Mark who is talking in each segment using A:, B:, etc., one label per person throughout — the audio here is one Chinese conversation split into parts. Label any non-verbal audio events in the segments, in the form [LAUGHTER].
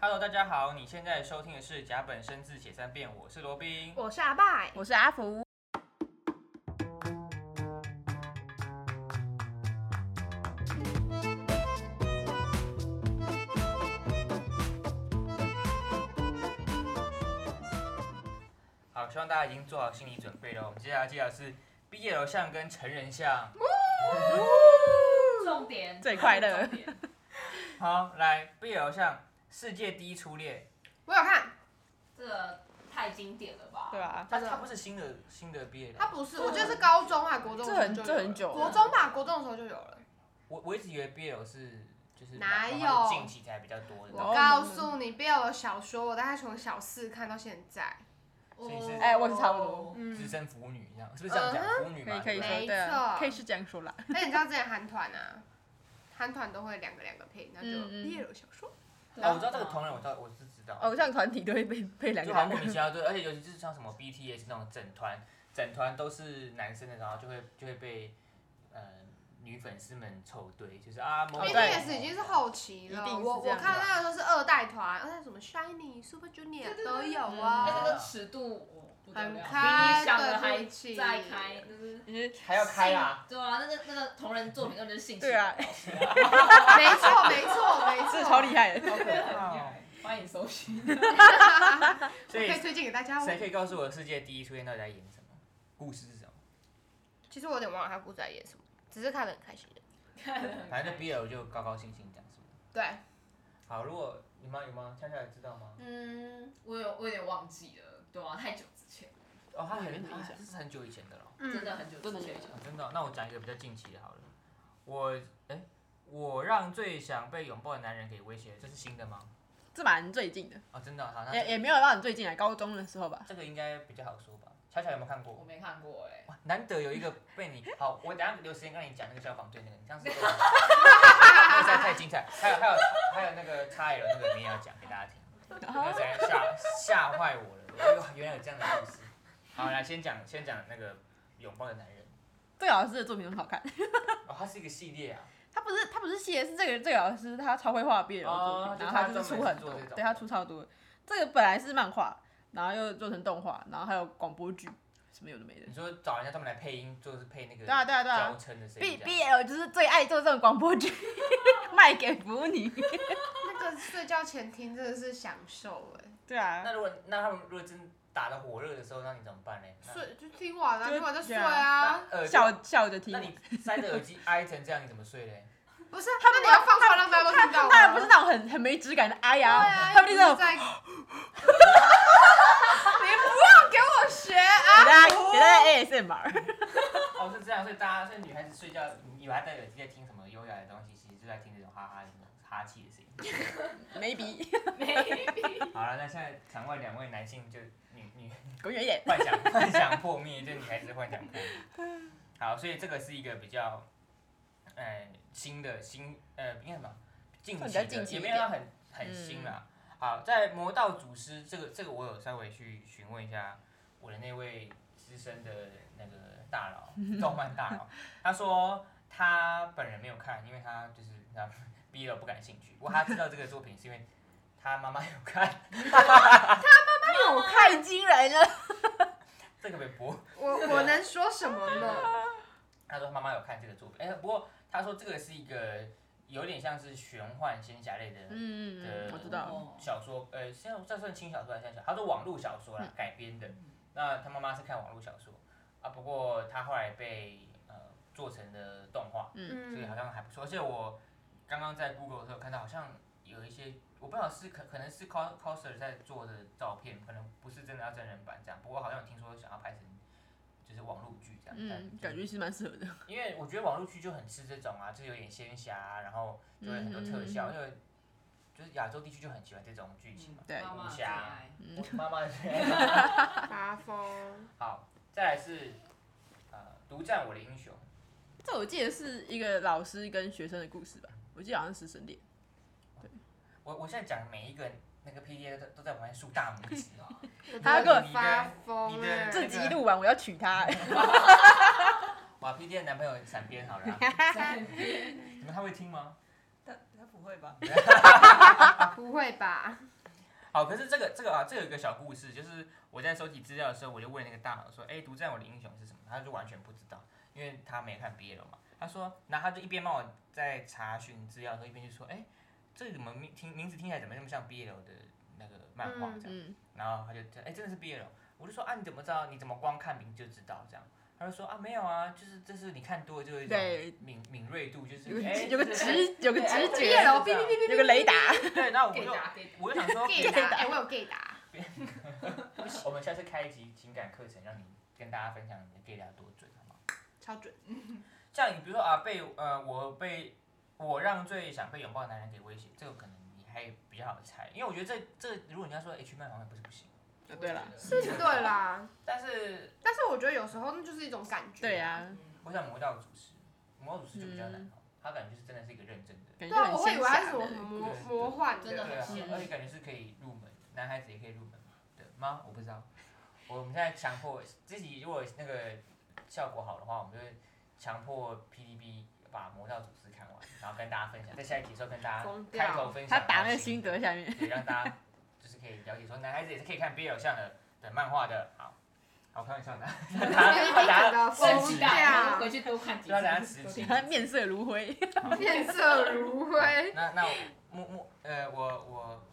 A: Hello，大家好，你现在收听的是甲本生字写三遍，我是罗宾。
B: 我是阿拜，
C: 我是阿福。
A: 好，希望大家已经做好心理准备了。我们接下来介绍的是 BL 像跟成人像。
D: 重点
C: 最快
A: [LAUGHS]
C: 乐
D: 重点
A: 好，来 BL 像世界第一初恋，
B: 我有看，
D: 这个太经典了吧？
C: 对啊，
A: 它它不是新的新的 BL，
B: 它不是，我觉得是高中啊，国中
C: 这
B: 的时候
C: 很
B: 就有
C: 这很久
B: 了
C: 了
B: 国中吧，国中的时候就有了。
A: 我我一直以为 BL 是就是
B: 哪
A: 慢慢
B: 有
A: 地近期才比较多的。
C: 哦
B: 我告诉你，BL 的小说，我大概从小四看到现在，
D: 哦，
A: 所以是
C: 哎我也是差不多
A: 资
B: 嗯，
A: 深腐女这样，是不是这样
B: 嗯
A: 讲？腐女
C: 可以
A: 嘛，
C: 可以
A: 对不
C: 说
A: 对
B: 没
C: 对啊，
B: 错
C: 可以是这样说啦。
B: 而且你知道之前韩团啊，韩团都会两个两个配，那就
C: 嗯嗯
B: BL 小说。
D: 对啊
A: 啊，我知道这个同人，我知道我是知道。
C: 偶像团体都会被被两
A: 就
C: 个
A: 好
C: 男
A: 像莫名其
C: 的，
A: 妙，对，而且尤其是像什么 BTS 那种整团，整团都是男生的，然后就会就会被呃女粉丝们凑对，就是啊，
B: 哦
A: 某某
B: BTS 已经是后期
C: 哦一
B: 了，
C: 定是
B: 我
C: 这
B: 我
C: 样
B: 看那个时候是二代团，二代什么 Shiny、Super Junior 都有
D: 哎，
B: 啊
D: [LAUGHS] 那，个尺度哦不得了
B: 很
D: 比
B: 开
D: 你想
B: 对
D: 的
B: 不
D: 还
B: 起
D: 再开，就是
C: 就是
A: 还要开啊，
D: 对啊，那个那个同人作品根本就是性
C: 对
A: [LAUGHS]
C: 啊，
B: 没错没错没
C: [LAUGHS] 这
B: 错，
C: 超厉害的。
A: 好可
D: 侵
A: 怕
D: 犯，
A: 哦！
D: 欢迎搜寻。
B: 害，
A: 所
B: 可以
A: 以
B: 推荐给大家哦。
A: 谁可以告诉我世界第一出现到底在演什么？故事是什么？
B: 其实我有点忘了他故事在演什么，只是看得很开心。
A: 反正就 BL 就高高兴兴讲什么。
B: 对，
A: 好，如果你吗有吗？恰恰知道吗？
D: 嗯，我有我有点忘记了，对啊，太久之前，
A: 哦，他很
C: 没印象
A: 这是很久以前的了。
B: 嗯
C: 嗯
D: 真的很久
C: 真的很
D: 之前
C: 久以前
A: 啊
D: 了。
A: 真的哦、那我讲一个比较近期的好了。我哎、我让最想被拥抱的男人给威胁了，这是新的吗？
C: 这蛮最近的，
A: 哦，真的哦、好，那
C: 也也没有到你最近啊，高中的时候吧。
A: 这个应该比较好说吧？巧巧有没有看
D: 我
A: 过？
D: 没看过哎，
A: 哇，难得有一个被你好， [LAUGHS] 我等一下留时间跟你讲那个消防队那个，你上次跟我那个实在太精彩。 [LAUGHS] 还有还有还有那个 XL 那个你也要讲给大家听，
C: 哦
A: 那个实在吓吓坏我了。哎呦，原来有这样的故事。好，来先讲先讲那个拥抱的男人。
C: 这个老师的作品很好看，
A: 哦，它是一个系列啊，
C: 他不是他不是系列，是这个这个老师他超会画 BL 的作
A: 哦
C: 品，
A: 就
C: 然后
A: 他
C: 他就是
A: 专门
C: 出很
A: 是
C: 多
A: 做这，种
C: 对他出超多。这个本来是漫画，然后又做成动画，然后还有广播剧，什么有的没的
A: 你。说找人家他们来配音，就是配那个
C: 对啊对啊对
A: 娇
C: 啊
A: 嗔的声
C: ，B
A: 音这样。
C: B L 就是最爱做这种广播剧， [LAUGHS] 卖给腐女。
B: 那个睡觉前听真的是享受哎、
C: 对啊，
A: 那如果那他们如果真打得火热的时候，那你怎么办呢？那
B: 睡就听完了、
C: 就
B: 听完就睡
A: 那呃
B: 啊。
A: 耳朵
C: 笑笑着听
A: [LAUGHS] 那。你塞着耳 [LAUGHS] 机挨成这样，你怎么睡嘞？
B: 不是，那你要放出来让大家都听到吗？啊
C: 当然不是那种很很没质感的哎
B: 对
C: 呀，
B: 啊，
C: 他们
B: 又
C: 那种
B: 不是在。你不要给我学啊！
C: 给大家给大家 ASMR，
A: 哦，是这样，所以大家，所以女孩子睡觉，你以为她戴耳机在听什么优雅的东西，其实就在听这种哈哈的那种哈气的声音。
C: [LAUGHS] maybe
A: 好了，那现在场外两位男性就女女
C: 滚远一点。
A: 幻想幻想破灭，就女孩子幻想破灭。好，所以这个是一个比较，呃，新的新呃，应该什么近
C: 比
A: 期
C: 较
A: 的，
C: 近期
A: 也
C: 一
A: 没有到很很新啦。好，在《魔道祖师》这个这个，我有稍微去询问一下我的那位资深的那个大佬，动漫大佬，他说他本人没有看，因为他就是他 [LAUGHS] 逼了不感兴趣。不过他知道这个作品是因为他妈妈有看，
C: 哎我 [LAUGHS] 太惊人了，
A: 这个被播。
B: 我我能说什么呢？
A: 他说他妈妈有看这个作品，哎、不过他说这个是一个有点像是玄幻仙侠类的啊
C: 嗯，嗯嗯我知道，
D: 哦
A: 小说，呃，现在这算轻小说还是现小说？他说网络小说
C: 嗯
A: 啦改编的，那他妈妈是看网络小说啊，不过他后来被呃做成的动画，所以好
B: 嗯，
A: 像还不错。而且我刚刚在 Google 的时候看到，好像有一些我不知道是可可能是 cos coser 在做的照片，可能不是真的要真人版这样，不过好像有听说想要拍成就是网络剧这样，但
C: 嗯，
A: 就是
C: 感觉是蛮适合的。
A: 因为我觉得网络剧就很吃这种啊，就是有点仙侠、啊，然后就会很多特效，
C: 嗯
A: 因为就是亚洲地区就很喜欢这种剧情嘛。
C: 对
D: 妈妈
A: 武
D: 的最
A: 侠
D: 爱，
C: 嗯
A: 我妈妈的
B: 发疯。
A: [LAUGHS] 好，再来是呃，独占我的英雄，
C: 这我记得是一个老师跟学生的故事吧，我记得好像是师生恋。
A: 我我现在讲每一个那个 P D A 都都在旁边竖大拇指啊，
C: 他要给我
B: 发疯
A: 你的
B: 哎、
C: 这集一录完，我要娶她。
A: 哇，P D A 男朋友闪边好
C: [LAUGHS]
A: 了啊、你们他会听吗？
C: 他他不会吧？
B: 不会吧？
A: 好，可是这个这个啊，这个有一个小故事，就是我在收集资料的时候，我就问那个大佬说：“哎、独占我的英雄是什么？”他就完全不知道，因为他没看 BL 嘛。他说，然后他就一边帮我在查询资料的时候，一边就说：“哎、这个怎么名听名字听起来怎么那么像 BL 的那个漫画这样？”
C: 嗯，
A: 然后他就哎、真的是 BL，我就说啊你怎么知道？你怎么光看名就知道这样？他就说啊没有啊，就是这是你看多了就有一种
C: 对
A: 敏敏锐度，就是
C: 有个
A: 哎
C: 有个
A: 这
C: 直有个
A: 对哎
C: 直
A: 这
C: 觉，
A: BL
B: 哔哔哔哔
C: 有个雷达，
A: 对，然后我
D: 给
C: [LAUGHS]
A: 就
D: 打给打，
A: 我就想说
B: gay 达，
C: 达
B: 哎，我有 gay 达，
A: 我们下次开一集情感课程，让你跟大家分享你的 gay 聊多准，好吗？
B: 超准，
A: 像你比如说啊，被呃我被我让最想被拥抱的男人给威胁，这个可能你还比较好猜，因为我觉得这这如果人家说 H 漫好像也不是不行，
C: 啊对了
D: 我觉得
B: 是对啦。
A: 但是
B: 但是我觉得有时候那就是一种感觉。
C: 对，啊，
D: 嗯
A: 我想魔道祖师，魔道祖师就比较难哦，他感觉就是真的是一个认真的。
C: 感
B: 对
C: 觉
B: 啊，
C: 很
B: 我会以为它是
C: 仙
B: 什么
C: 侠的
B: 魔魔幻
D: 真的
A: 对啊
D: 很
C: 羡，慕
A: 而且感觉是可以入门，男孩子也可以入门的吗？我不知道。我们现在强迫自己，如果那个效果好的话，我们就会强迫 PDB 把《魔道祖师》看完，然后跟大家分享，在下一集的时候跟大家
B: 疯
A: 开
B: 掉
A: 头分
C: 他
A: 享。
C: 打那个
A: 心
C: 心，得下面，
A: 对，让大家就是可以了解说，男孩子也是可以看 BL 像的的漫画的。好，好，开玩笑的，让大家让大家
B: 整个
A: 升
B: 疯
A: 级
D: 期，待，我
B: 掉
D: 回，去多看几次。
A: 让大家实际。
C: 他面色如灰。
B: 面色如灰。
A: 那那我默默呃，我我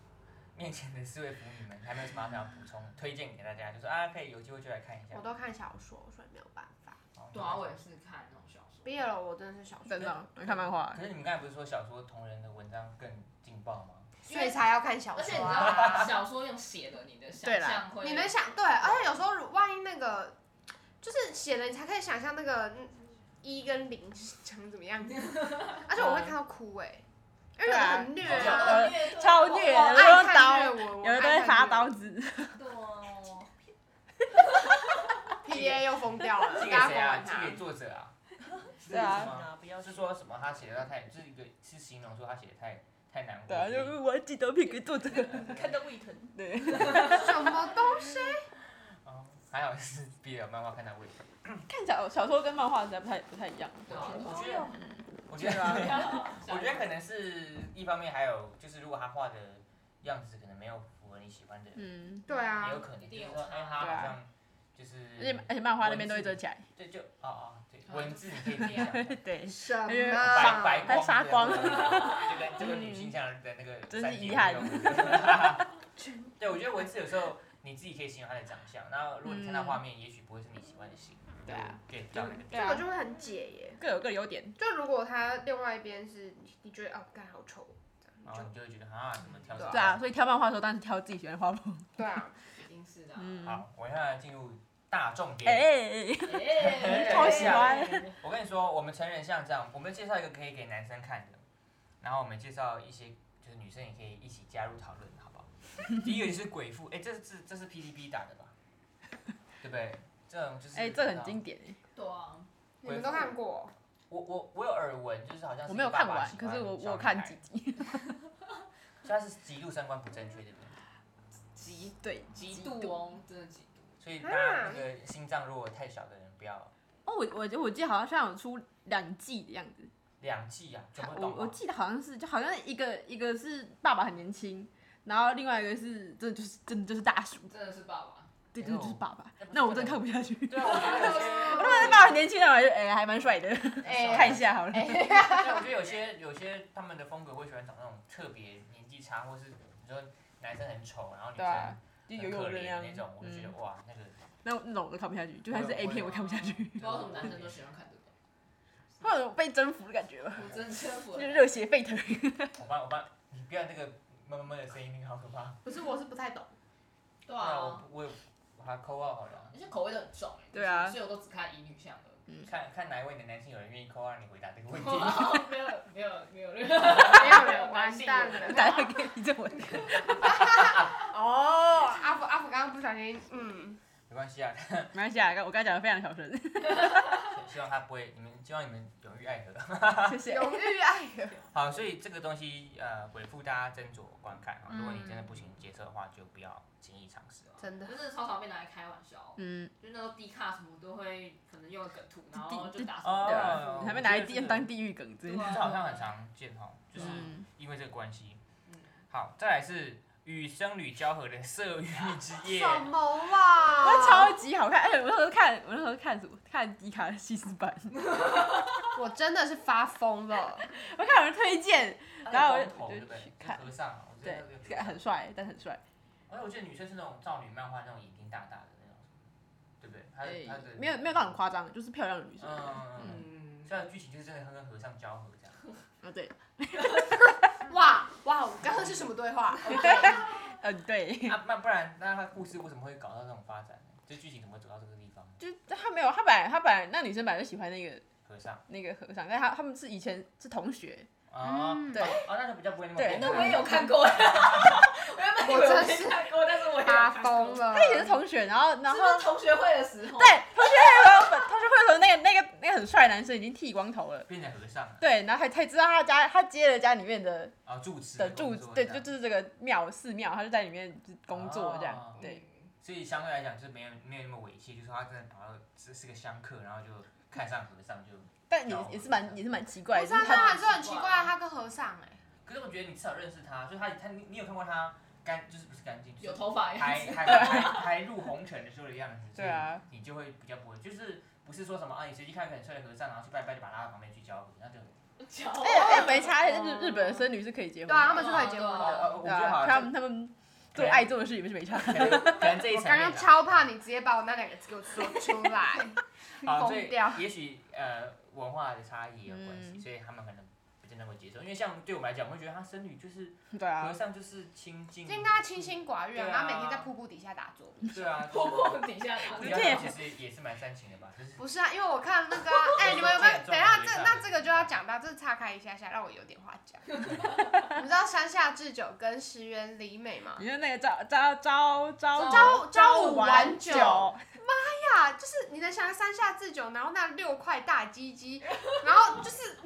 A: 面前的四位腐女们，还没有什么想要补充推荐给大家，就是啊，可以有机会就来看一下
B: [LAUGHS]
A: 哦
B: 我。都看小说，所以没有办法。
A: 好
D: 对啊，我也是看那种小说。
B: 毕业了，我真的是小说，
C: 真的，你看漫画
A: 可，是你们刚才不是说小说同人的文章更劲爆吗？
B: 所以才要看小
D: 而且你
B: 说
D: 知道
B: 啊。
D: 吗？小说用写的，你的想
C: 对啦
D: 象会
B: 你能想对，而且有时候如万一那个就是写了，你才可以想象那个嗯一跟零是长怎么样。而且我会看到哭哎、因为有的很虐
A: 对啊
B: 啊，
C: 超虐
B: 我
C: 的，
B: 爱
C: 用
B: 看
C: 刀，
B: 虐我，我
C: 有
B: 爱
C: 的都会
B: 看
C: 发
B: 虐
C: 刀子，
D: 对哦，
B: ，PA 又疯掉了，
A: 寄
B: 大
A: 给
B: 家
A: 谁啊？
B: 疯完
A: 寄
B: 他。
A: 给作者啊？
C: 对啊
A: 是吗，
D: 不要
A: 是说什么他写的太，就是一个是形容说他写的太太难过。
C: 对啊，就是我要寄刀片给作者，
D: 看到胃疼。
C: 对，
B: 什么东西？
A: 哦，还好是 BL 漫画看到胃疼。
C: 看小小说跟漫画实在不太不太一样，
D: 对啊
A: 我觉得，我觉
C: 对啊
A: 得。我觉得 [LAUGHS] 可能是一方面，还有就是如果他画的样子可能没有符合你喜欢的，
C: 嗯，
B: 对啊
A: 也有，可能就是说，哎，他
C: 对啊
A: 好像就是，
C: 而且而且漫画那边都会遮起来，
A: 对，就哦哦，对，
D: 啊
A: 文字你可以自
C: [LAUGHS]
A: 己想，
C: 对，
B: 什
C: 因为
A: 白
B: 么
A: 白？
C: 还发光
A: 这个
C: [LAUGHS]
A: 这个这个女性向的那个
C: 嗯真是
A: 3D
C: 遗憾
A: 那个文字对，我觉得文字有时候你自己可以形容她的长相，然后如果你看到画面，也许不会是你喜欢的型，
C: 对啊，
A: 对，这样的
C: 对
B: 这个
C: 啊，
B: 就会很解耶。
C: 各有各的优点，
B: 就如果他另外一边是你，你觉得哦，干好丑，这
A: 然后
B: 样
A: 你就会觉得啊，怎么挑
B: 对
A: 这
B: 啊
A: 个
C: 对啊，所以挑漫画的时候当然是挑自己喜欢的画风，
B: 就对啊，
D: 一定是的啊。
C: 嗯，
A: 好，我现在进入大重点。
C: 哎，
D: 哎
A: 超
C: 喜欢。
A: 我跟你说，我们成人像这样，我们介绍一个可以给男生看的，然后我们介绍一些就是女生也可以一起加入讨论，好不 [LAUGHS] 好？第一个就是鬼父，哎、这是这这是 PDP 打的吧？ [LAUGHS] 对不对？这种就是
C: 哎，这很经典哎，
D: 对啊，
B: 你们都看过？
A: 我我我有耳闻，就是好像是
C: 我没有
A: 一个爸
C: 看
A: 爸
C: 完，
A: 喜
C: 可
A: 欢
C: 是我
A: 小
C: 我
A: 女
C: 有看
A: 孩
C: 几，集，
A: 所以它是极度三观不正确，对不对？
C: 集对，
D: 极度哦，真的极度。
A: 所以大家那个心脏如果太小的人不要
C: 哦，我我我记得好像像有出两季的样子，
A: 两季啊，全部
C: 我
A: 懂
C: 我
A: 吗？
C: 记得好像是，就好像一个一个是爸爸很年轻，然后另外一个是真的就是真的就是大叔，
D: 真的是爸爸。
C: 对，
A: 哎
C: 真的就是
A: 呦
C: 爸爸
A: 那不。
C: 那我
A: 错
C: 真
A: 嘞
C: 的看不下去。
A: 对啊，我觉得有些。
C: 我 [LAUGHS] 他妈爸爸很年轻的嘛，就哎、还蛮帅的，
A: 哎
C: [LAUGHS] 看一下好了。
A: 对，我觉得有些有些他们的风格会喜欢找那种特别年纪差，或是你说男生很丑，然后女
C: 对啊
A: 生
C: 就
A: 很
C: 有有
A: 可
C: 人
A: 怜
C: 样
A: 的那种，我就觉得
C: 嗯
A: 哇，那个
C: 那那种我都看不下去，就算是
A: 我也
C: A 片
A: 我
C: 我也看不下去，
D: 不知道为什么男生都喜欢看这个，
C: 会有种被征服的感觉吧，
D: 我真的征服
C: 就是
D: 了。
C: 热血沸腾。
A: 我爸我爸，你不要那个闷闷闷的声音，那个好可怕。
B: 不是，我是不太懂。
D: 对
A: 对啊，我
D: 啊，
A: 不我也我还扣二好了，
D: 而且口味都很重哎。
C: 对啊
D: 所以我都只看乙女向
C: [LAUGHS]
D: 的。
A: 看看哪一位你的男性有人愿意扣二，让你回答这个问题。
D: 没有没有没有没有，
B: 没有
D: 没有
B: 人完蛋
C: [LAUGHS] 我
B: 了。
C: 打电话给李正文，
A: [LAUGHS]
B: 哦，阿福阿福刚刚不小心，嗯，
A: [LAUGHS] 没关系啊，
C: [LAUGHS]
A: [LAUGHS]
C: 没关系啊，我刚才讲的非常小声，
A: 希望他不会，你们希望你们永浴爱河。 [LAUGHS]
C: 谢谢。
B: 永浴爱河。
A: 好，所以这个东西呃，回复大家斟酌观看啊。如果你真的不行接受的话，就不要轻易尝试了。哦
B: 真
C: [LAUGHS]
B: 的
D: 就是超常被拿来开玩笑，
C: 嗯，
D: 就那时候 D 卡什么都会可能用梗图，然后就打什嗯
A: 哦
D: 么
C: 对
D: 的。
C: 啊，你还没拿来地当地狱梗之类的。
D: 对啊
A: 这好像很常见哦，就是
C: 嗯，
A: 因为这个关系
D: 嗯。
A: 好，再来是与僧侣交合的色欲之
C: [LAUGHS]
A: 夜，
B: 什么啦？
C: 它超级好看，哎、我那时候看，我那时候看什么？看迪卡的西斯版，
B: 我真的是发疯了。
C: 我看有人推荐，然后我就
A: 光头对不
C: 我就
A: 对
C: 去？看
A: 和尚，啊我记得
C: 对
A: 那个，
C: 很帅，但很帅。
A: 而哎且我记得女生是那种少女漫画那种眼睛大大的那种，对不对？她
C: 哎
A: 她的
C: 没有没有到很夸张，就是漂亮的女生。
A: 嗯，
D: 嗯，
A: 虽然剧情就是真的她跟和尚交合这样，
C: 啊，对，
B: 哇哇，我刚刚是什么对话？
C: [LAUGHS] 呃，对，
A: 啊，那不然那她故事为什么会搞到这种发展呢？就剧情怎么走到这个地方呢？
C: 就他没有，他本来他本来那女生本来就喜欢那个
A: 和尚
C: 那个和尚，但他他们是以前是同学，
A: 啊，
B: 嗯
C: 对
A: 啊，那就比较不会那么
C: 对
A: 变态
D: 那我也有看过，我原本以为我没看过，但是我也有
B: 发
D: 看过
B: 疯。了。
C: 他以前是同学，然后然
D: 是
C: 后
D: 不是同学会的时候？
C: 对，同学会的时候，同学会的时候那个那个那个很帅的男生已经剃光头了。
A: 变成和尚了
C: 对，然后还才知道他家，他接了家里面的
A: 啊，住持
C: 的
A: 工
C: 住，
A: 作
C: 对，
A: 这
C: 就
A: 样
C: 就是这个庙寺庙，他就在里面工作这样
A: 哦，
C: 对，
A: 所以相对来讲就是没有没有那么猥亵，就是他真的跑到是是个香客，然后就看上和尚就。
C: 但也也是蛮也是蛮奇怪
B: 我
C: 的，
B: 知
C: 就
B: 道
C: 是
B: 他
C: 他
B: 还哦是啊很奇怪啊，他跟和尚哎、
A: 可是我觉得你至少认识他，就是他他你你有看过他干就是不是干净，就是
D: 有头发呀，
A: 还还还还入红尘的时候的样子，
C: 对啊，
A: 你就会比较不会，就是不是说什么啊，你随机看一个很帅的和尚，然后去拜拜就把他拉到旁边去交合，那就
D: 脚
C: 哎哎没差，日日本的僧侣是可以结婚
B: 哦对啊，他
C: 的，
B: 们是可以结婚
A: 呃
D: 哦
B: 的。
A: 呃，我
C: 对
A: 觉得
C: 啊，
A: 好
C: 他
A: 像
C: 们他们做爱做的事情是没差。
A: 可能 [LAUGHS] 可能这一
B: 我
A: 层
B: [LAUGHS] 刚刚
A: 面啊
B: 超怕你直接把我那两个字给我说出 [LAUGHS] 来，
A: 啊，
B: 疯
A: 所以
B: 掉
A: 也许呃文化的差异也有关系，
C: 嗯
A: 所以他们可能不是那么接受。因为像对我们来讲，我会觉得他僧侣就是和
C: 对啊，
A: 尚就是清净，
B: 应该清心寡欲啊，
A: 对啊
B: 然后每天在瀑布底下打坐。
A: 对啊，
D: 婆婆底下拿
A: 就
D: 着
A: 是。这样其实也是蛮煽情的吧，就是
B: [LAUGHS] 不是啊，因为我看那 [LAUGHS] 个啊，哎、你们有没有？等一下，这那这个就要讲到，这岔开一下下，让我有点话 [LAUGHS] 讲。你知道山下智久跟石原里美吗？
C: 你说那个朝朝朝朝
B: 朝朝五晚
C: 晚
B: 九，哎呀，就是你能想象山下智久，然后那六块大鸡鸡，然后就是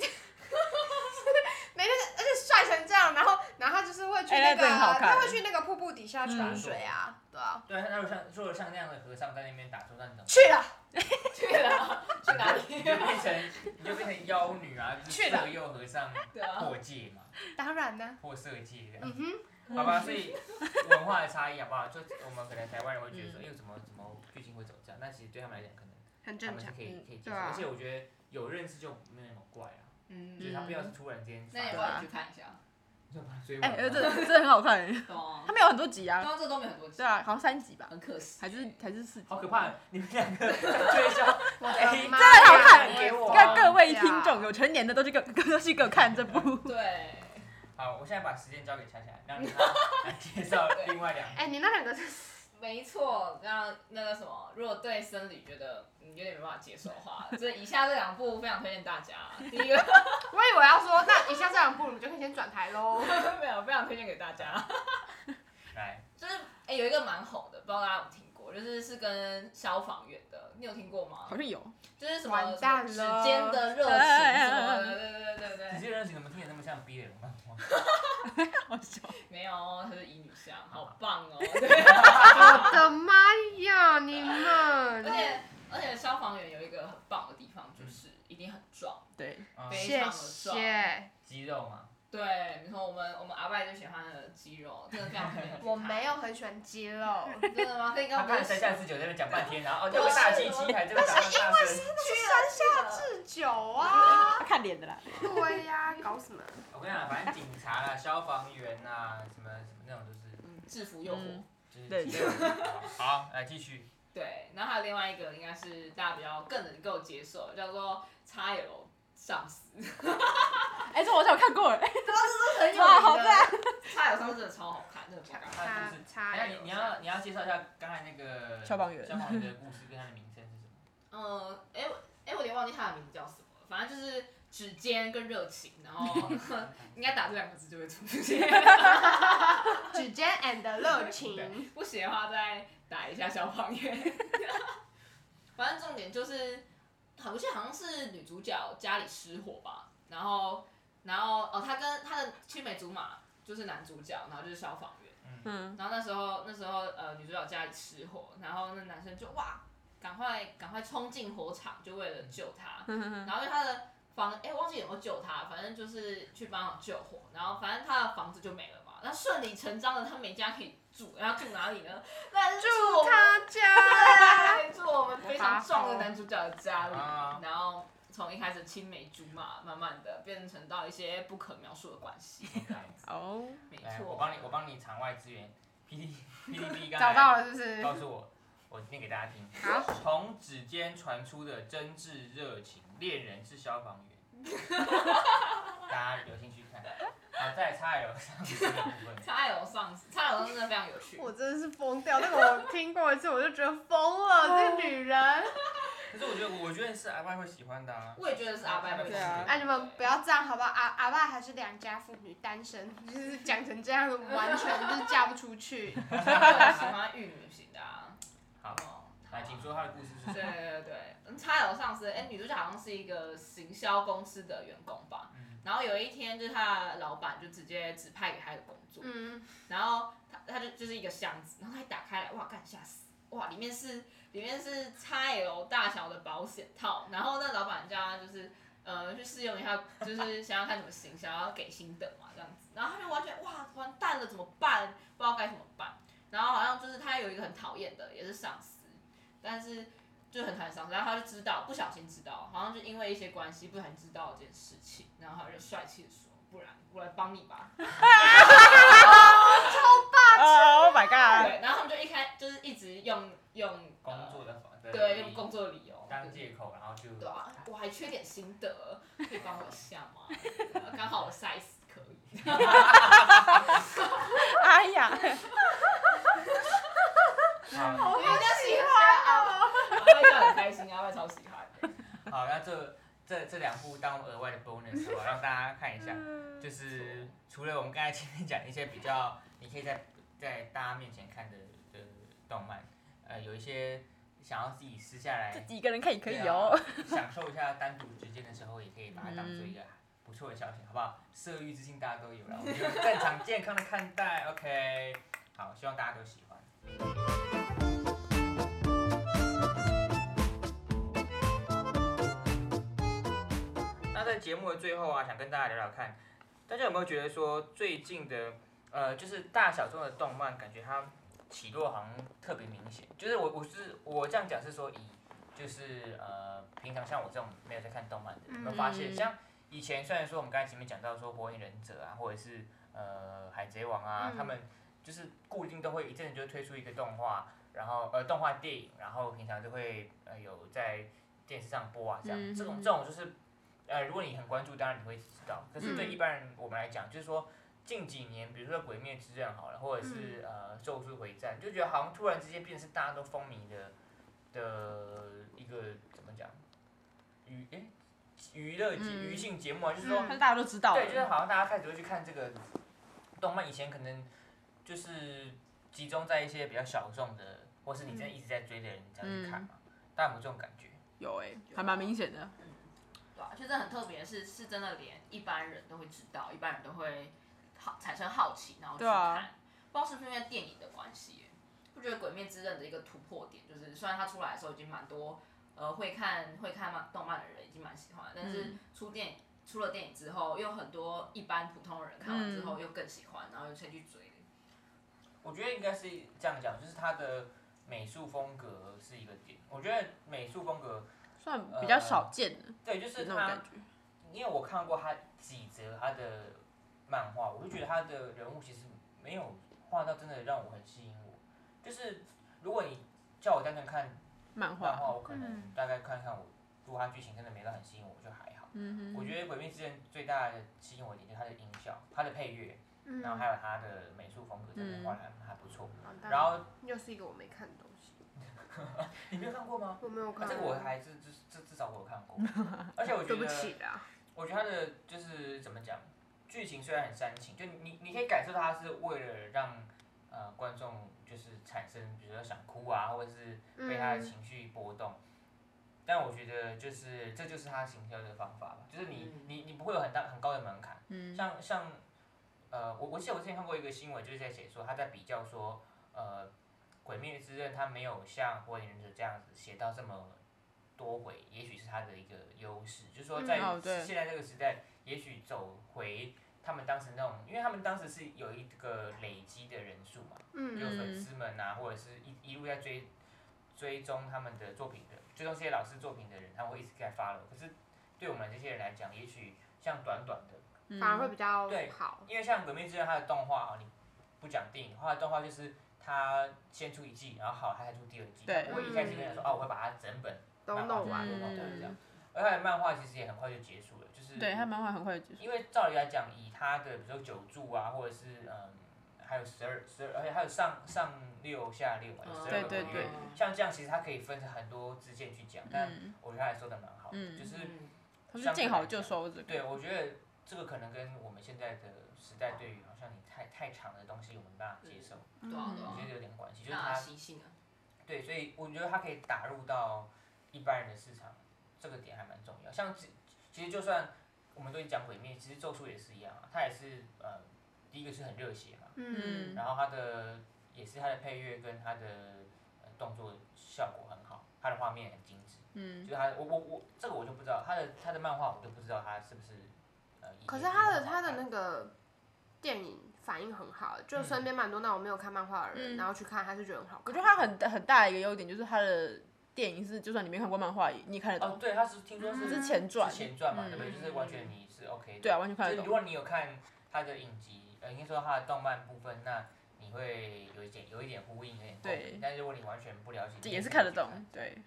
B: 每天，而且帅成这样，然后然后他就是会去
C: 哎
B: 那
C: 那
B: 个，
C: 真的好看
B: 他会去那个瀑布底下
A: 嗯
B: 泉水啊，对啊，
A: 对啊，那如果像如果像那样的和尚在那边打坐，那你怎么？
B: 去了，
D: 去了，去哪
B: [LAUGHS]
A: 你
D: 里？
A: 就变成你就变成妖女啊，就是
B: 去了
A: 色诱和尚
D: 对啊，
A: 破戒嘛，
B: 当然呢，
A: 破色戒这样。
B: 嗯哼，
A: 好吧，所以文化的差异好啊不好？就我们可能台湾人会觉得
B: 嗯
A: 说，哎、怎么怎么剧情会走这样？但其实对他们来讲，可能
B: 很
A: 他
B: 正
A: 们是
B: 常，
A: 可以
C: 嗯
A: 可以接受，
B: 对啊
A: 而且我觉得有认识就没有那么怪啊，就是
D: 嗯，
A: 他不要是突然间发
D: 那也
A: 现，
D: 帮你去看一下，
A: 就把他追
C: 哎，
A: 完
C: 呃
A: 了
C: 这
A: [LAUGHS]
C: 这真的很好看，欸
D: 懂吗
C: 他？们有很多集
D: 刚
A: 哦
C: 啊，
D: 刚这都没很多集
C: 对，啊，好像三集吧，
D: 很可惜。
C: 还是还是四集，
A: 好可怕！你们两个推销，
B: 我
A: 哎
B: 的妈
C: 真的好看
B: 呀
A: 给我啊
C: 让各位听众有成年的都去给 [LAUGHS] 我都去给我看这部。
D: 对，
A: 好，我现在把时间交给恰恰，让他来介绍另外两个。
B: 哎，你那两个是
D: 没错。那那个什么，如果对生理觉得嗯有点没办法接受的话，这以下这两部非常推荐大家。第一个
B: 我以为要说，那以下这两部你们就可以先转台喽。
D: 没有，非常推荐给大家。
A: 来，
D: 就是哎、有一个蛮红的，不知道大家有没有听过，就是是跟消防员的，你有听过吗
C: 好？像有，
D: 就是什么
B: 完蛋了
D: 指尖的热情什么的，对对对对
A: 你
D: 对，
A: 这人怎么听起来那么像 B 人漫画？
C: 好笑。
D: 没有哦，他是乙女向，好棒
B: [LAUGHS]
D: 哦。对，
B: 我的妈呀，你
D: 而
B: 们！
D: 且而且消防员有一个很棒的地方，就是一定很壮，
A: [LAUGHS]
C: 对，
A: 啊
D: 对
B: 谢谢，
A: 肌肉嘛，
D: 对，你说我们我们阿拜最喜欢的肌肉，真的非常推荐。
B: [LAUGHS] 我没有很喜欢肌肉，
D: 真的吗？可以跟
A: 他
D: 我们
A: 看山下智久在那边讲半天，然后哦，这个大鸡鸡还这个打大声。
D: 山下
B: 是酒 [LAUGHS] 啊，
C: 他看脸的啦。
B: 对呀、搞什么？
A: 我跟你讲，反正警察啦、消防员啦，什么什么那种，就是
D: 制服诱惑。
C: 嗯
A: 就是
C: 对
A: 肌肉好，来继续。
D: 对，然后还有另外一个应该是大家比较更能够接受的，叫做 XL 上司，
C: 哎，这我好像有看过了，
D: 很
C: 哇好
D: 看，XL 上司真的超好看，真的不敢看。
B: 叉
A: 哎
B: 叉
A: 呀，你你要你要介绍一下刚才那个
C: 消防员
A: 消防员的故事跟他的名称是什么？
D: 嗯，哎、我哎、我有点忘记他的名字叫什么了，反正就是指尖跟热情，然 [LAUGHS] 后应该打这两个字就会出现。 [LAUGHS]
B: 指尖 and 热情
D: 对，不行的话再打一下消防员。 [LAUGHS] 反正重点就是，好我记得好像是女主角家里失火吧，然后然后哦，她跟她的青梅竹马就是男主角，然后就是消防员。
C: 嗯，
D: 然后那时候那时候呃女主角家里失火，然后那男生就哇，赶快赶快冲进火场，就为了救她。然后因为她的房哎、我忘记有没有救她，反正就是去帮忙救火，然后反正她的房子就没了嘛。那顺理成章的，他没家可以住，然后住哪里呢？那是住我
B: 住
D: 们
B: 他家。
D: 对 [LAUGHS] 住我们非常壮的男主角的家里
A: 啊，
D: 然后从一开始青梅竹马，慢慢的变成到一些不可描述的关系，这样子
C: 哦，
D: 没
A: 来，哎
D: 错。
A: 我帮你，我帮你场外支援。P D P D
D: [LAUGHS]
A: B 刚
B: 找
A: 才
B: 到了是不是？
A: 告诉我，我念给大家听。
B: 好，
A: 从指尖传出的真挚热情，恋人是消防员。
D: [LAUGHS]
A: 大家有兴趣看？好，在 XL 上次的部分，
D: 差友上司，差友真的非常有趣。
B: 我真的是疯掉，那个我听过一次我就觉得疯了，
C: 哎
B: 这女人。
A: 可是我觉得，我觉得是阿爸会喜欢的啊。
D: 我也觉得是阿拜会喜
C: 对啊
D: 欢。
B: 哎、你们不要这样好不好？阿阿爸还是良家妇女，单身，就是讲成这样子，完全就是嫁不出去。
D: 我喜欢玉女型的啊。
A: [LAUGHS] 好
D: 哦，
A: 来，请说他的故事是
D: 对
A: 什么？
D: 对对对，差友上司，哎、女主角好像是一个行销公司的员工吧。
A: 嗯
D: 然后有一天，就是她的老板就直接指派给她一个工作，
B: 嗯，
D: 然后她她就就是一个箱子，然后她一打开来，哇，干吓死！哇，里面是里面是 XL 大小的保险套，然后那老板叫她就是呃去试用一下，就是想想看怎么行销，要给心得嘛这样子，然后她就完全哇完蛋了，怎么办？不知道该怎么办。然后好像就是她有一个很讨厌的，也是上司，但是就很讨厌上司，然后她就知道不小心知道，好像就因为一些关系不小心知道这件事情，然后她就帅气的说，不然我来帮你吧。
C: 哦 Oh my god！
B: 啊
D: 对，然后他们就一开就是一直用用
A: 工
D: 呃
A: 作的访
D: 对，用工作理由
A: 当
D: 对
A: 借口，然后就
D: 对啊，我还缺点心得，可以帮我一下
A: [LAUGHS]
D: 吗？呃刚好我 size 可以。
C: 哎呀，
A: 好
B: 我
D: 好
B: 喜欢哦。
D: 阿外笑得很开心，阿外超喜欢的。
C: [LAUGHS]
A: 好，那这这这两部当额外的 bonus，我让大家看一下。
C: 嗯
A: 就是除了我们刚才前面讲一些比较，你可以在在大家面前看的的动漫，呃，有一些想要自己私下来
C: 自己一个人看也可以
A: 对啊
C: 哦。
A: 享受一下单独时间的时候，也可以把它当做一个不错的消遣，好不好？色欲之心大家都有了，我们就正常健康的看待，OK。好，希望大家都喜欢。那在节目的最后啊，想跟大家聊聊看，大家有没有觉得说最近的呃，就是大小众的动漫，感觉它起落好像特别明显。就是我我是我这样讲是说以就是呃平常像我这种没有在看动漫的人，有没有发现
C: 嗯
A: 像以前虽然说我们刚才前面讲到说火影忍者啊，或者是呃海贼王啊，
B: 嗯
A: 他们就是固定都会一阵子就推出一个动画，然后呃动画电影，然后平常就会呃有在电视上播啊这样，
C: 嗯
A: 这种这种就是呃如果你很关注，当然你会知道，可是对
B: 嗯
A: 一般人我们来讲，就是说近几年，比如说《鬼灭之刃》好了，或者是、呃《咒术回战》，就觉得好像突然之间变成是大家都风靡的的一个怎么讲娱诶娱乐节
C: 嗯
A: 娱性节目啊，就是说、
B: 嗯
C: 但是大家都知道了，
A: 对，就是好像大家开始会去看这个动漫，以前可能就是集中在一些比较小众的，或是你真的一直在追的人才会去看嘛，大家有没有这种感觉？
C: 有哎，还蛮明显的。
D: 对啊，就真的很特别的是，是真的连一般人都会知道，一般人都会好产生好奇，然后去
C: 对啊
D: 看。不知道是不是因为电影的关系耶，不觉得《鬼灭之刃》的一个突破点，就是虽然它出来的时候已经蛮多呃会看会看漫动漫的人已经蛮喜欢，但
C: 嗯
D: 是出电影、出了电影之后，又很多一般普通人看完之
C: 嗯
D: 后又更喜欢，然后又才去追。
A: 我觉得应该是这样讲，就是它的美术风格是一个点。我觉得美术风格，
C: 算比较少见的
A: 对，就是
C: 那种
A: 它
C: 感，觉。
A: 因为我看过他几则他的漫画，我就觉得他的人物其实没有画到真的让我很吸引我。就是如果你叫我单纯看
C: 漫
A: 漫
C: 画，
A: 画，我可能大概看看我，如果它剧情真的没到很吸引我，我就还好。
C: 嗯
A: 我
C: 哼，
A: 觉得《鬼灭之刃》最大的吸引我的点就是它的音效、它的配乐，
B: 嗯
A: 然后还有它的美术风格，真的画的还不错。
B: 嗯
A: 然后
B: 又是一个我没看的东西，
A: 你没有看过吗？
B: 我没有
A: 啊
B: 看。
A: 这个我还是至至至少我有看过，而且我觉
B: [LAUGHS] 对不
A: 得，
B: 起啦。
A: 我觉得它的就是怎么讲，剧情虽然很煽情，就你你可以感受到它是为了让呃观众就是产生比如说想哭啊，或者是被他的
B: 嗯
A: 情绪波动。但我觉得就是这就是他行销的方法吧，就是你、
D: 嗯
A: 你你不会有很大很高的门槛，
C: 嗯
A: 像像呃，我我记得我之前看过一个新闻，就是在写说他在比较说呃，《鬼灭之刃》它没有像《火影忍者》这样子写到这么多回，也许是它的一个优势，就是说
B: 嗯
A: 在
C: 哦对
A: 现在这个时代，也许走回他们当时那种，因为他们当时是有一个累积的人数嘛，有
B: 嗯，
A: 粉丝们啊，或者是一一路在追追踪他们的作品的，追踪这些老师作品的人，他们会一直在 follow。可是对我们这些人来讲，也许像短短的，
C: 嗯
B: 反而会比较
A: 对
B: 好。
A: 因为像《革命之刃》它的动画，啊你不讲电影，它的动画就是它先出一季，然后好它才出第二季。
C: 对
A: 我一开始跟你说，
D: 嗯
A: 哦，我会把它整本
B: 都
A: 漫画
B: 弄
A: 全
B: 完
A: 部
B: 了，
A: 弄完
C: 嗯
A: 这样。而它的漫画其实也很快就结束了，就是
C: 对他漫画很快就结束，
A: 因为照理来讲，以他的比如说九柱啊，或者是嗯，还有十二十二，而且还有上上六下六嘛，有十
C: 对
A: 二个
C: 对
A: 月。
C: 对
A: 像这样，其实它可以分成很多支线去讲，但
C: 嗯，
A: 我觉得他还说的蛮好的，
C: 嗯
A: 就是
D: 嗯
C: 他们是见好就收这
A: 对
C: 个，
A: 我觉得这个可能跟我们现在的时代对于好像你太太长的东西我们没办法接受，
C: 嗯
D: 对啊对
A: 我
D: 啊
A: 觉得有点关系，就是
D: 大
A: 它
D: 家习性啊，
A: 对，所以我觉得它可以打入到一般人的市场，这个点还蛮重要。像其其实就算我们都已经讲毁灭，其实咒术也是一样啊，它也是呃，第一个是很热血嘛，
B: 嗯，
A: 然后它的也是它的配乐跟它的、呃、动作效果很好，它的画面很精致，
C: 嗯，
A: 就是它我我我这个我就不知道它的它的漫画我就不知道它是不是呃，以
B: 可是
A: 前
B: 他
A: 漫
B: 的
A: 画
B: 他的
A: 看
B: 那个电影反应很好，就
A: 嗯
B: 身边蛮多那种没有看漫画的人，
C: 嗯
B: 然后去看，还是觉得很好看。
C: 我觉得他很很大的一个优点就是他的电影是，就算你没看过漫画，你也看得
A: 哦
C: 懂，
A: 对，它是听说是
C: 这嗯是
A: 是
C: 前传，
A: 前传嘛，
C: 嗯
A: 对不对？就是完全你是 OK 的，
C: 对啊，完全看
A: 就
C: 得
A: 是如
C: 懂，
A: 果你有看他的影集，呃，应该说他的动漫部分，那你会有一点有一点呼应，有点共鸣
C: 对
A: 但是如果你完全不了解，
C: 这
A: 你
C: 也是
A: 可以
C: 看得
A: 自己
C: 懂，对，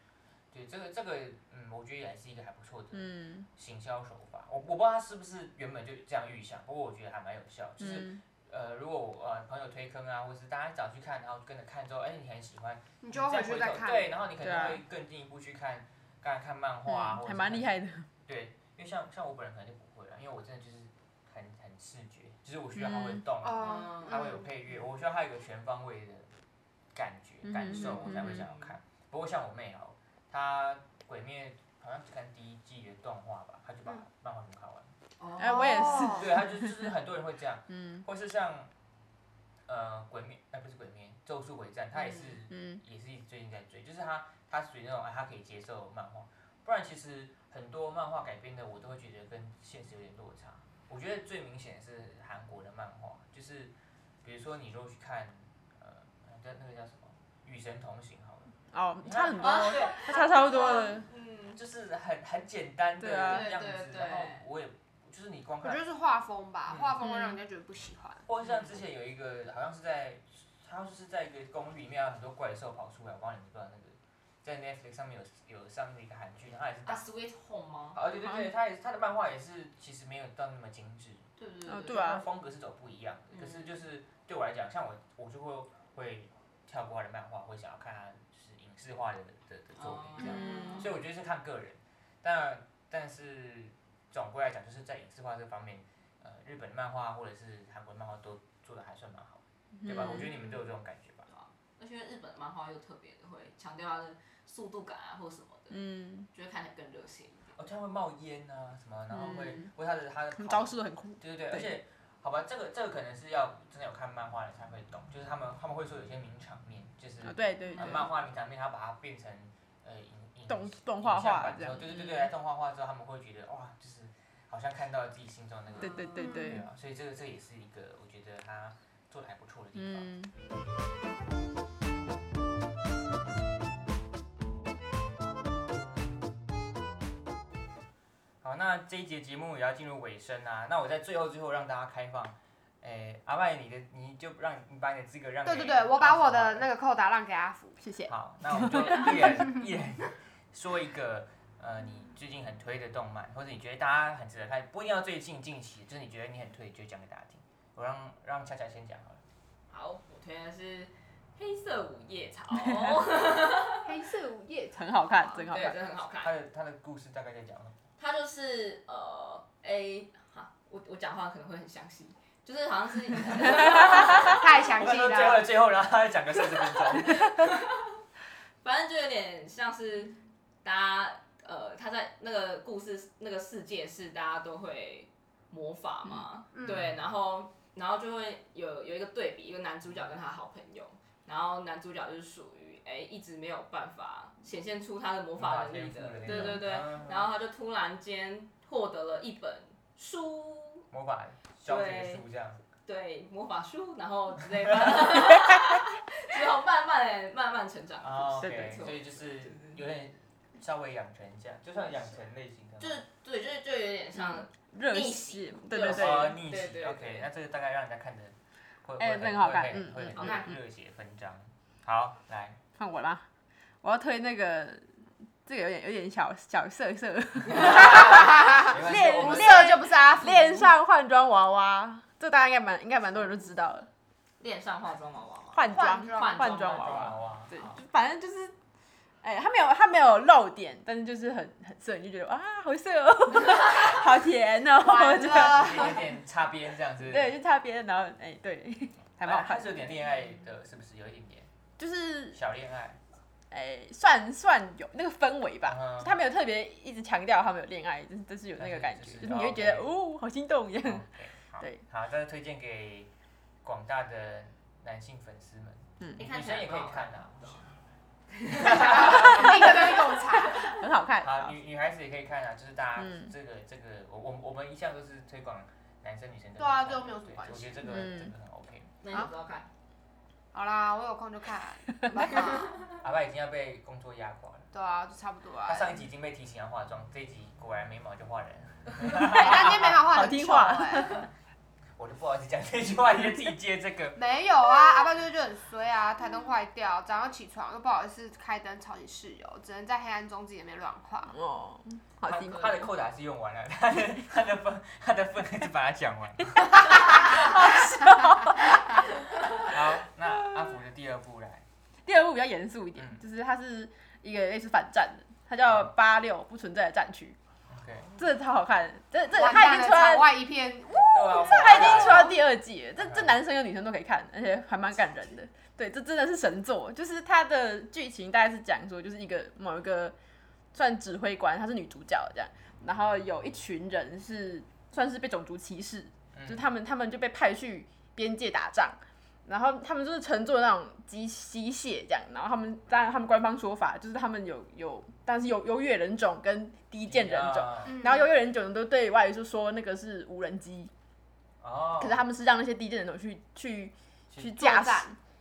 A: 对，这个这个，嗯，我觉得也是一个还不错的
C: 嗯
A: 行销手法。我我不知道他是不是原本就这样预想，不过我觉得还蛮有效。就是、
C: 嗯，
A: 呃，如果我呃朋友推坑啊，或是大家找去看，然后跟着看之后，哎，你很喜欢，
B: 你就
A: 再
B: 回去再
A: 头
B: 看，
A: 对，然后你可
C: 对
A: 能
C: 啊
A: 会更进一步去看，看看漫画啊，或者
C: 嗯还
A: 是
C: 蛮
A: 看
C: 厉害的，
A: 对，因为像像我本人可能就不会了，因为我真的就是很很视觉，就是我需要它会动，
C: 嗯
B: 哦
A: 它嗯会有配乐，我需要它有一个全方位的感觉
C: 嗯
A: 感受，
C: 嗯
A: 我才会想要看。不过像我妹哦，她《鬼灭》好像只看第一季的动画吧，她就把
B: 嗯
A: 漫画全看完。
D: 哦
C: 哎我也是
A: 对，她就就是很多人会这样，
C: 嗯
A: 或是像呃《鬼灭》哎不是《鬼灭》，《咒术回战》，她也是。
C: 嗯
A: 也是最近在追，就是他他属于那种啊，他可以接受漫画，不然其实很多漫画改编的我都会觉得跟现实有点落差。我觉得最明显的是韩国的漫画，就是比如说你如果去看呃那那个叫什么《与神同行》好了，
C: 哦，差很多，
D: 啊对，
C: 他差差不多了，
D: 嗯，
A: 就是很很简单的
C: 对啊
A: 样子，
D: 对对对
A: 然后我也就是你光
B: 我觉
A: 看，
B: 得是画风吧
A: 嗯，
B: 画风会让人家觉得不喜欢。
A: 或者像之前有一个好像是在他就是在一个公寓里面，有很多怪兽跑出来，我不知道你们知不知道那个。在 Netflix 上面有有上映的一个韩剧，然后它也是打
D: 啊，Sweet 啊 Home 吗？
A: 哦，对对对，他也是他的漫画也是其实没有到那么精致，
D: 对对
C: 哦
D: 对嗯
C: 对啊
A: 它的风格是走不一样的。可是就是对我来讲，像我我就会会跳过他的漫画，会想要看他就是影视化的的的
D: 哦
A: 作品这样。
C: 嗯
A: 所以我觉得是看个人，但但是总归来讲，就是在影视化这方面，呃，日本的漫画或者是韩国的漫画都做的还算蛮好，对吧？
C: 嗯
A: 我觉得你们都有这种感觉吧？
D: 而且日本的漫画又特别的会强调它的速度感啊，或什么的，
C: 嗯，
D: 就会看起来更热血一点。
A: 哦，他会冒烟啊什么，然后会
C: 嗯
A: 为他的他的
C: 他们
A: 跑
C: 招数都很酷，
A: 对对对，
C: 对
A: 而且好吧，这个这个可能是要真的有看漫画的才会懂，就是他们他们会说有些名场面，就是、
C: 啊，对对
A: 呃
C: 对，
A: 漫画名场面，他把它变成呃影影
C: 动动画
A: 影像
C: 化
A: 版之
C: 这
A: 后
C: 样
A: 对对对
C: 嗯
A: 对，来动画化之后，他们会觉得哇，就是好像看到了自己心中那个
C: 对对对
A: 对
C: 对，
A: 啊，所以这个这也是一个我觉得他做的还不错的地方。
C: 嗯，
A: 好，那这一节节目也要进入尾声啊。那我在最后最后让大家开放，诶、阿麦，你的你就让你把你的资格让
B: 对
A: 给
B: 对对，我把我
A: 阿
B: 的
A: 福
B: 那个扣打让给阿福。
C: 谢谢，
A: 好，那我们就一人一人说一个，呃，你最近很推的动漫，或者你觉得大家很值得看，不一定要最近近期，就是你觉得你很推，就讲给大家听。我让让恰恰先讲好了。
D: 好，我推的是《黑色午夜 [LAUGHS] 草》，
B: 黑色午夜
C: 很好
A: 啊
C: 看，真好
D: 对，真
C: 看，
D: 的很好看。
A: 他的他的故事大概在讲什么？
D: 它就是呃，A 哈，我我讲话可能会很详细，就是好像是
B: 太详
A: 我
B: 细
A: 想说最后
B: 了
A: 的，最后，然后他再讲个四十分钟。
D: 反正就有点像是大家呃，他在那个故事那个世界是大家都会魔法嘛，
B: 嗯
D: 对，然后然后就会有有一个对比，一个男主角跟他好朋友，然后男主角就是属于哎一直没有办法显现出他的魔法能力的
A: 魔法天赋的，那
D: 对
A: 种
D: 对对
A: 啊，
D: 然后他就突然间获得了一本书。
A: 魔法教学书这样。
D: 对魔法书，然后之类的， [LAUGHS] 之后慢慢地慢慢成长
A: 啊
D: 的故事，
A: ，OK，
D: 没错
A: 所以就是有点稍微养成一下，就算养成类型的嘛，
D: 就是对，就是就有点
A: 嗯
D: 像
C: 热
D: 逆
C: 血
D: 袭，
C: 对
D: 热
C: 对
D: 血
A: 哦
C: 对，
A: 逆
D: 对
A: 袭
D: 对
A: ，OK，
D: 对
A: 那这个大概让人家看着会
C: 哎
A: 会
C: 那个好看
A: 会
C: 嗯
A: 会
C: 嗯
A: 会
D: 嗯
A: 很热血纷张。好，来，
C: 看我啦，我要推那个，这个有点有点小小色色，
A: 没关系
C: 啊练
A: 我
B: 不
A: 们
C: 练
B: 色就不是阿福，
C: 恋上换装娃娃，这大家应该蛮应该蛮多人都知道了，
D: 恋上化妆娃娃嘛，
C: 换装
B: 换装
C: 换装娃
A: 哇
C: 娃，
A: 哇哇，
C: 对，
A: 好
C: 就反正就是。哎、他没有，他没有露点，但是就是很很色，你就觉得啊，好色
A: [LAUGHS]
C: 哦，好甜哦，
B: 完
C: 这样
B: 了，
A: 有点有点擦边这样子。
C: 对，就擦边，然后哎、对，还蛮好
A: 哎，它
C: 看
A: 是有点恋爱的，是不是？有一点点
C: 就是
A: 小恋爱。
C: 哎、算算有那个氛围吧，
A: 嗯
C: 他没有特别一直强调他们有恋爱，但是但是有那个感觉，
A: 但是就是
C: 就是你会觉得、
A: 哦嗯
C: 哦，好心动一样。
A: OK，好
C: 对，
A: 好，这是推荐给广大的男性粉丝们，
D: 你
A: 女
D: 看起来
A: 生也可以
D: 蛮好
A: 看
D: 的
A: 啊。
B: [LAUGHS] 一个东西跟我查，
C: [LAUGHS] 很好看。
A: 好，女女孩子也可以看啊，就是大家
C: 嗯
A: 这个这个，我我我们一向都是推广男生女生都可以
B: 对啊
A: 看
B: 这又没有什么
A: 对
B: 关
A: 我
B: 系
A: 觉得这个
C: 嗯
A: 这个很 OK。
D: 那你不要看，
B: 好啦，我有空就看，拜拜
A: 阿爸已经要被工作压垮了，
B: 对啊，就差不多啊
A: 他。上一集已经被提醒要化妆，这一集果然眉毛就画人了。
B: 哎但今天没好话
C: 好
B: 很
C: 听
B: 丑
C: 话
B: 哎，
A: 我就不好意思讲这句话，你就自己接这个。
B: 没有啊，阿爸就就很衰啊，台灯坏掉，早上起床又不好意思开灯吵醒室友，只能在黑暗中自己在那边乱画。
C: 哦，
A: 他
C: [LAUGHS] 好听。
A: 他的扣打是用完了，他的他的分他的分还是把它讲完。 [LAUGHS] 好，那阿福的第二部来，
C: 第二部比较严肃一点，
A: 嗯
C: 就是它是一个类似反战的，它叫《八六不存在的战区
A: OK，》，
C: 这超好看的。这这
B: 完
C: 他
B: 蛋
C: 已
B: 了，
C: 经出来
B: 场，外一片
A: 对啊，
C: 他已经出
A: 说
C: 到第二季了。这这男生跟女生都可以看，而且还蛮感人的。对，这真的是神作。就是它的剧情大概是讲说，就是一个某一个算指挥官，她是女主角这样，然后有一群人是算是被种族歧视，
A: 嗯
C: 就是他们他们就被派去边界打仗，然后他们就是乘坐那种机机械这样，然后他们当然他们官方说法就是他们有有，但是有优越人种跟低贱人种，
A: 啊
B: 嗯
C: 然后优越人种都对外就说那个是无人机，
A: 哦，
C: 可是他们是让那些低贱人种去去
A: 去
C: 去
B: 作
C: 驾驶
B: 战，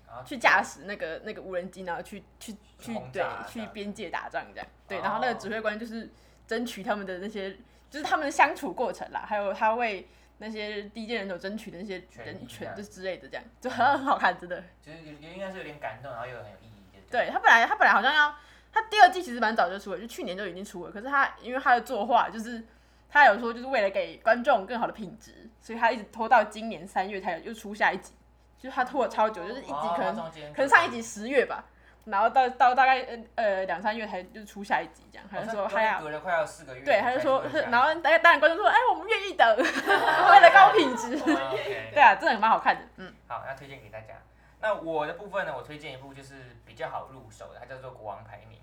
A: 然后
C: 去驾驶那个那个无人机，然后去去去
A: 轰
C: 对
A: 炸这
C: 去
A: 样
C: 边界打仗这样。对，
A: 哦
C: 然后那个指挥官就是争取他们的那些，就是他们的相处过程啦，还有他为那些低贱人种争取的那些
A: 权益
C: 人权
A: 这
C: 就
A: 样
C: 之类的，这样就很很好看，真的。
A: 就是有有应该是有点感动，然后又很有意义，对不
C: 对他本来他本来好像要他第二季其实蛮早就出了，就去年就已经出了，可是他因为他的作画就是。他有说，就是为了给观众更好的品质，所以他一直拖到今年三月才有又出下一集，就是他拖了超久，就是一集
A: 哦
C: 可能
A: 中间
C: 可能上一集十月吧，然后到到大概呃呃两三月才就出下一集这样，他
A: 好
C: 就
A: 像
C: 说他要
A: 哦隔了快要四个月才出一
C: 对，
A: 下，
C: 他就说，
A: 是
C: 然后大家当然观众说，哎，我们愿意等， [LAUGHS] 为了高品质， [LAUGHS] 对
A: 对
C: 啊，真的蛮好看的，嗯，
A: 哦好，那推荐给大家。那我的部分呢，我推荐一部就是比较好入手的，它叫做《国王排名》，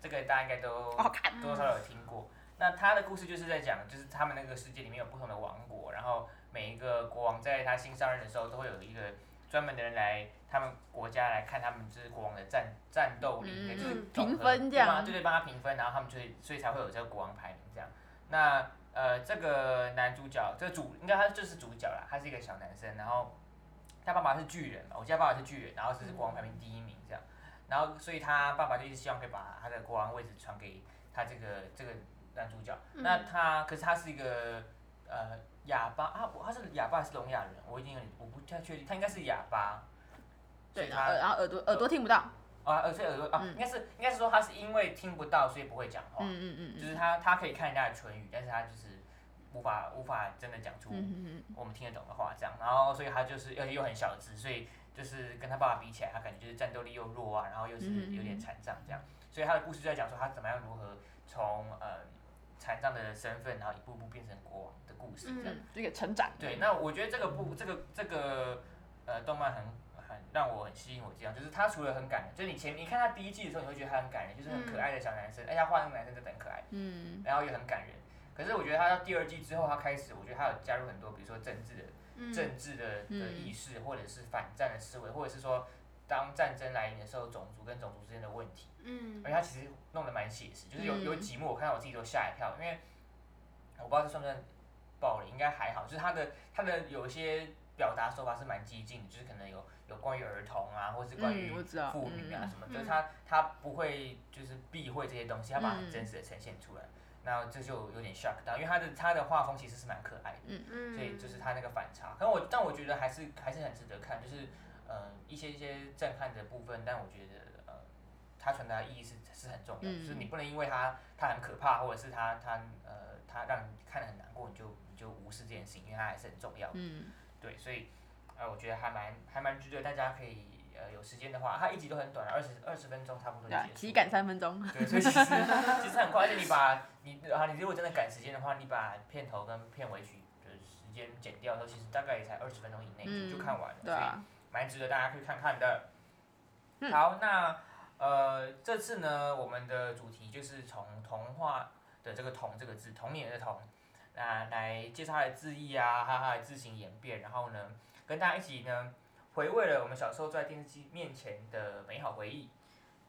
A: 这个大家应该都
C: 好看，
A: 多少有听过。那他的故事就是在讲，就是他们那个世界里面有不同的王国，然后每一个国王在他新上任的时候，都会有一个专门的人来他们国家来看他们就是国王的战战斗力，
C: 嗯
A: 就是
C: 评
A: 总和
C: 分这样
A: 对吗对对，帮他评分，然后他们就会所以才会有这个国王排名这样。那呃，这个男主角，这个主应该他就是主角啦，他是一个小男生，然后他爸爸是巨人嘛，我记得他爸爸是巨人，然后是国王排名第一名这样，然后所以他爸爸就一直希望可以把他的国王位置传给他这个这个男主角。嗯
C: 嗯
A: 那他可是他是一个呃哑巴啊，我他是哑巴还是聋哑人？我已经有点我不太确定，他应该是哑巴。所
C: 对，
A: 以
C: 然后
A: 他
C: 耳然后耳朵耳朵听不到，
A: 啊，而且耳朵啊，
C: 嗯
A: 应该是应该是说他是因为听不到，所以不会讲话。
C: 嗯嗯嗯
A: 就
C: 嗯
A: 是他他可以看人家的唇语，但是他就是无法无法真的讲出
C: 嗯嗯
A: 我们听得懂的话，这样。然后所以他就是而且又很小只，所以就是跟他爸爸比起来，他感觉就是战斗力又弱啊，然后又是
C: 嗯嗯嗯
A: 有点残障这样。所以他的故事就在讲说他怎么样如何从呃残障的身份，然后一步步变成国王的故事这
C: 嗯
A: 样。
C: 嗯，这个成长，
A: 对，那我觉得这个部这个这个呃动漫很很让我很吸引我的地方，就是它除了很感人，就是你前面你看它第一季的时候，你会觉得它很感人，就是很可爱的小男生，哎，他画那个男生真的很可爱。
C: 嗯
A: 然后也很感人。可是我觉得他到第二季之后，他开始，我觉得他有加入很多，比如说政治的、
B: 嗯
A: 政治的的
C: 嗯
A: 意识，或者是反战的思维，或者是说当战争来临的时候，种族跟种族之间的问题。
B: 嗯
A: 而且他其实弄得蛮写实，就是有有
C: 嗯
A: 几幕我看到我自己都吓一跳，因为我不知道这算不算爆雷，应该还好，就是他的他的有一些表达手法是蛮激进的，就是可能有有关于儿童啊，或是关于
C: 嗯我知道
A: 妇女啊
C: 嗯
A: 什么，
B: 嗯
A: 就是他他不会就是避讳这些东西，他把很
C: 嗯
A: 真实的呈现出来，那这就有点 shock 到，因为他的他的画风其实是蛮可爱的。
B: 嗯，
A: 所以就是它那个反差。可能我但我觉得还是还是很值得看，就是呃一些一些震撼的部分，但我觉得呃它传达的意义是是很重要的，
C: 嗯
A: 就是你不能因为它它很可怕，或者是它它呃它让你看得很难过，你就你就无视这件事情，因为它还是很重要的。
C: 嗯，
A: 对，所以呃我觉得还蛮还蛮值得大家可以呃有时间的话，它一集都很短，啊二十二十分钟差不多
C: 对
A: 就
C: 啊
A: 结，束
C: 体
A: 了。
C: 感三分钟，
A: 对，所以其实其实很快，而且你把你啊，你如果真的赶时间的话，你把片头跟片尾曲的时间剪掉的时候，其实大概也才二十分钟以内
C: 嗯
A: 就就看完了，
C: 对啊，
A: 所以蛮值得大家去看看的。
C: 嗯
A: 好，那呃这次呢，我们的主题就是从童话的这个“童”这个字，童年的“童”，那来介绍它的字义啊，还有它的字形演变，然后呢，跟大家一起呢回味了我们小时候坐在电视机面前的美好回忆。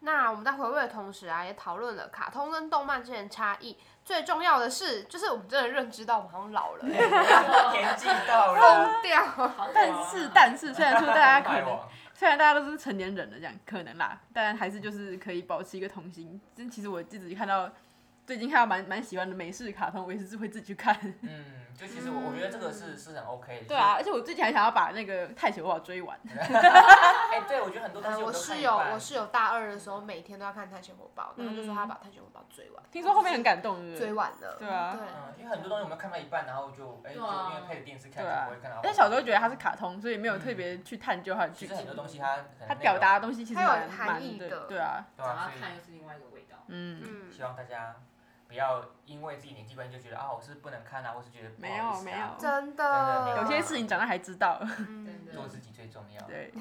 B: 那我们在回味的同时啊，也讨论了卡通跟动漫之间的差异。最重要的是，就是我们真的认知到我们好像老了、欸，
A: 哎年纪到了。
B: [LAUGHS] 疯掉。
D: 好
C: 但
A: 啊
C: 是但是，虽然说大家可
A: [LAUGHS] 卖
C: 能
A: 网
C: 虽然大家都是成年人了，这样可能啦，但还是就是可以保持一个童心。真其实我自己看到最近看到蛮蛮喜欢的美式卡通，我也是会自己去看。
A: 嗯，就其实我我觉得这个是是很 OK 的。
C: 对啊，， [LAUGHS] 而且我最近还想要把那个《泰拳》我追完。
A: 哎，对我觉得很多东西
B: 我
A: 都看
B: 室
A: 一
B: 友，
A: 半嗯
B: 我室友大二的时候每天都要看《探险火爆》，然后他就说他把《探险火爆》追完，
C: 听说后面很感动，对不
B: 追
C: 对？
B: 完了。
C: 对啊
A: 嗯，因为很多东西我们看到一半，然后就哎，就
D: 对啊
A: 因为配着电视看
C: 对啊
A: 就不会看到。
C: 但小时候觉得它是卡通，所以没有特别去探究它的
A: 其
C: 剧
A: 实很。
C: 情
A: 多东西它可能
C: 它
A: 内容
C: 表达的东西其实
B: 它有
C: 蛮
B: 含
C: 蛮
B: 义
C: 的，
B: 的
C: 对啊，
A: 对
D: 长大
A: 啊，所
D: 看又是另外一个味道。
C: 嗯，
B: 嗯
A: 以希望大家不要因为自己年纪关系就觉得啊我是不能看啊，或是觉得不好意思
C: 没有
A: 啊
C: 没
B: 真
A: 的
B: 的，
C: 有些事情长大还知道， [LAUGHS]
B: 嗯
D: 真
A: 做
D: 的
A: 自己最重要。
C: 对，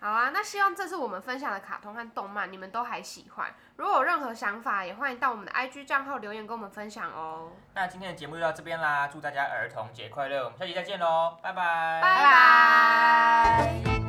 B: 好啊，那希望这次我们分享的卡通和动漫，你们都还喜欢。如果有任何想法，也欢迎到我们的 IG 账号留言跟我们分享哦。
A: 那今天的节目就到这边啦，祝大家儿童节快乐，我们下期再见喽，拜拜，
B: 拜拜。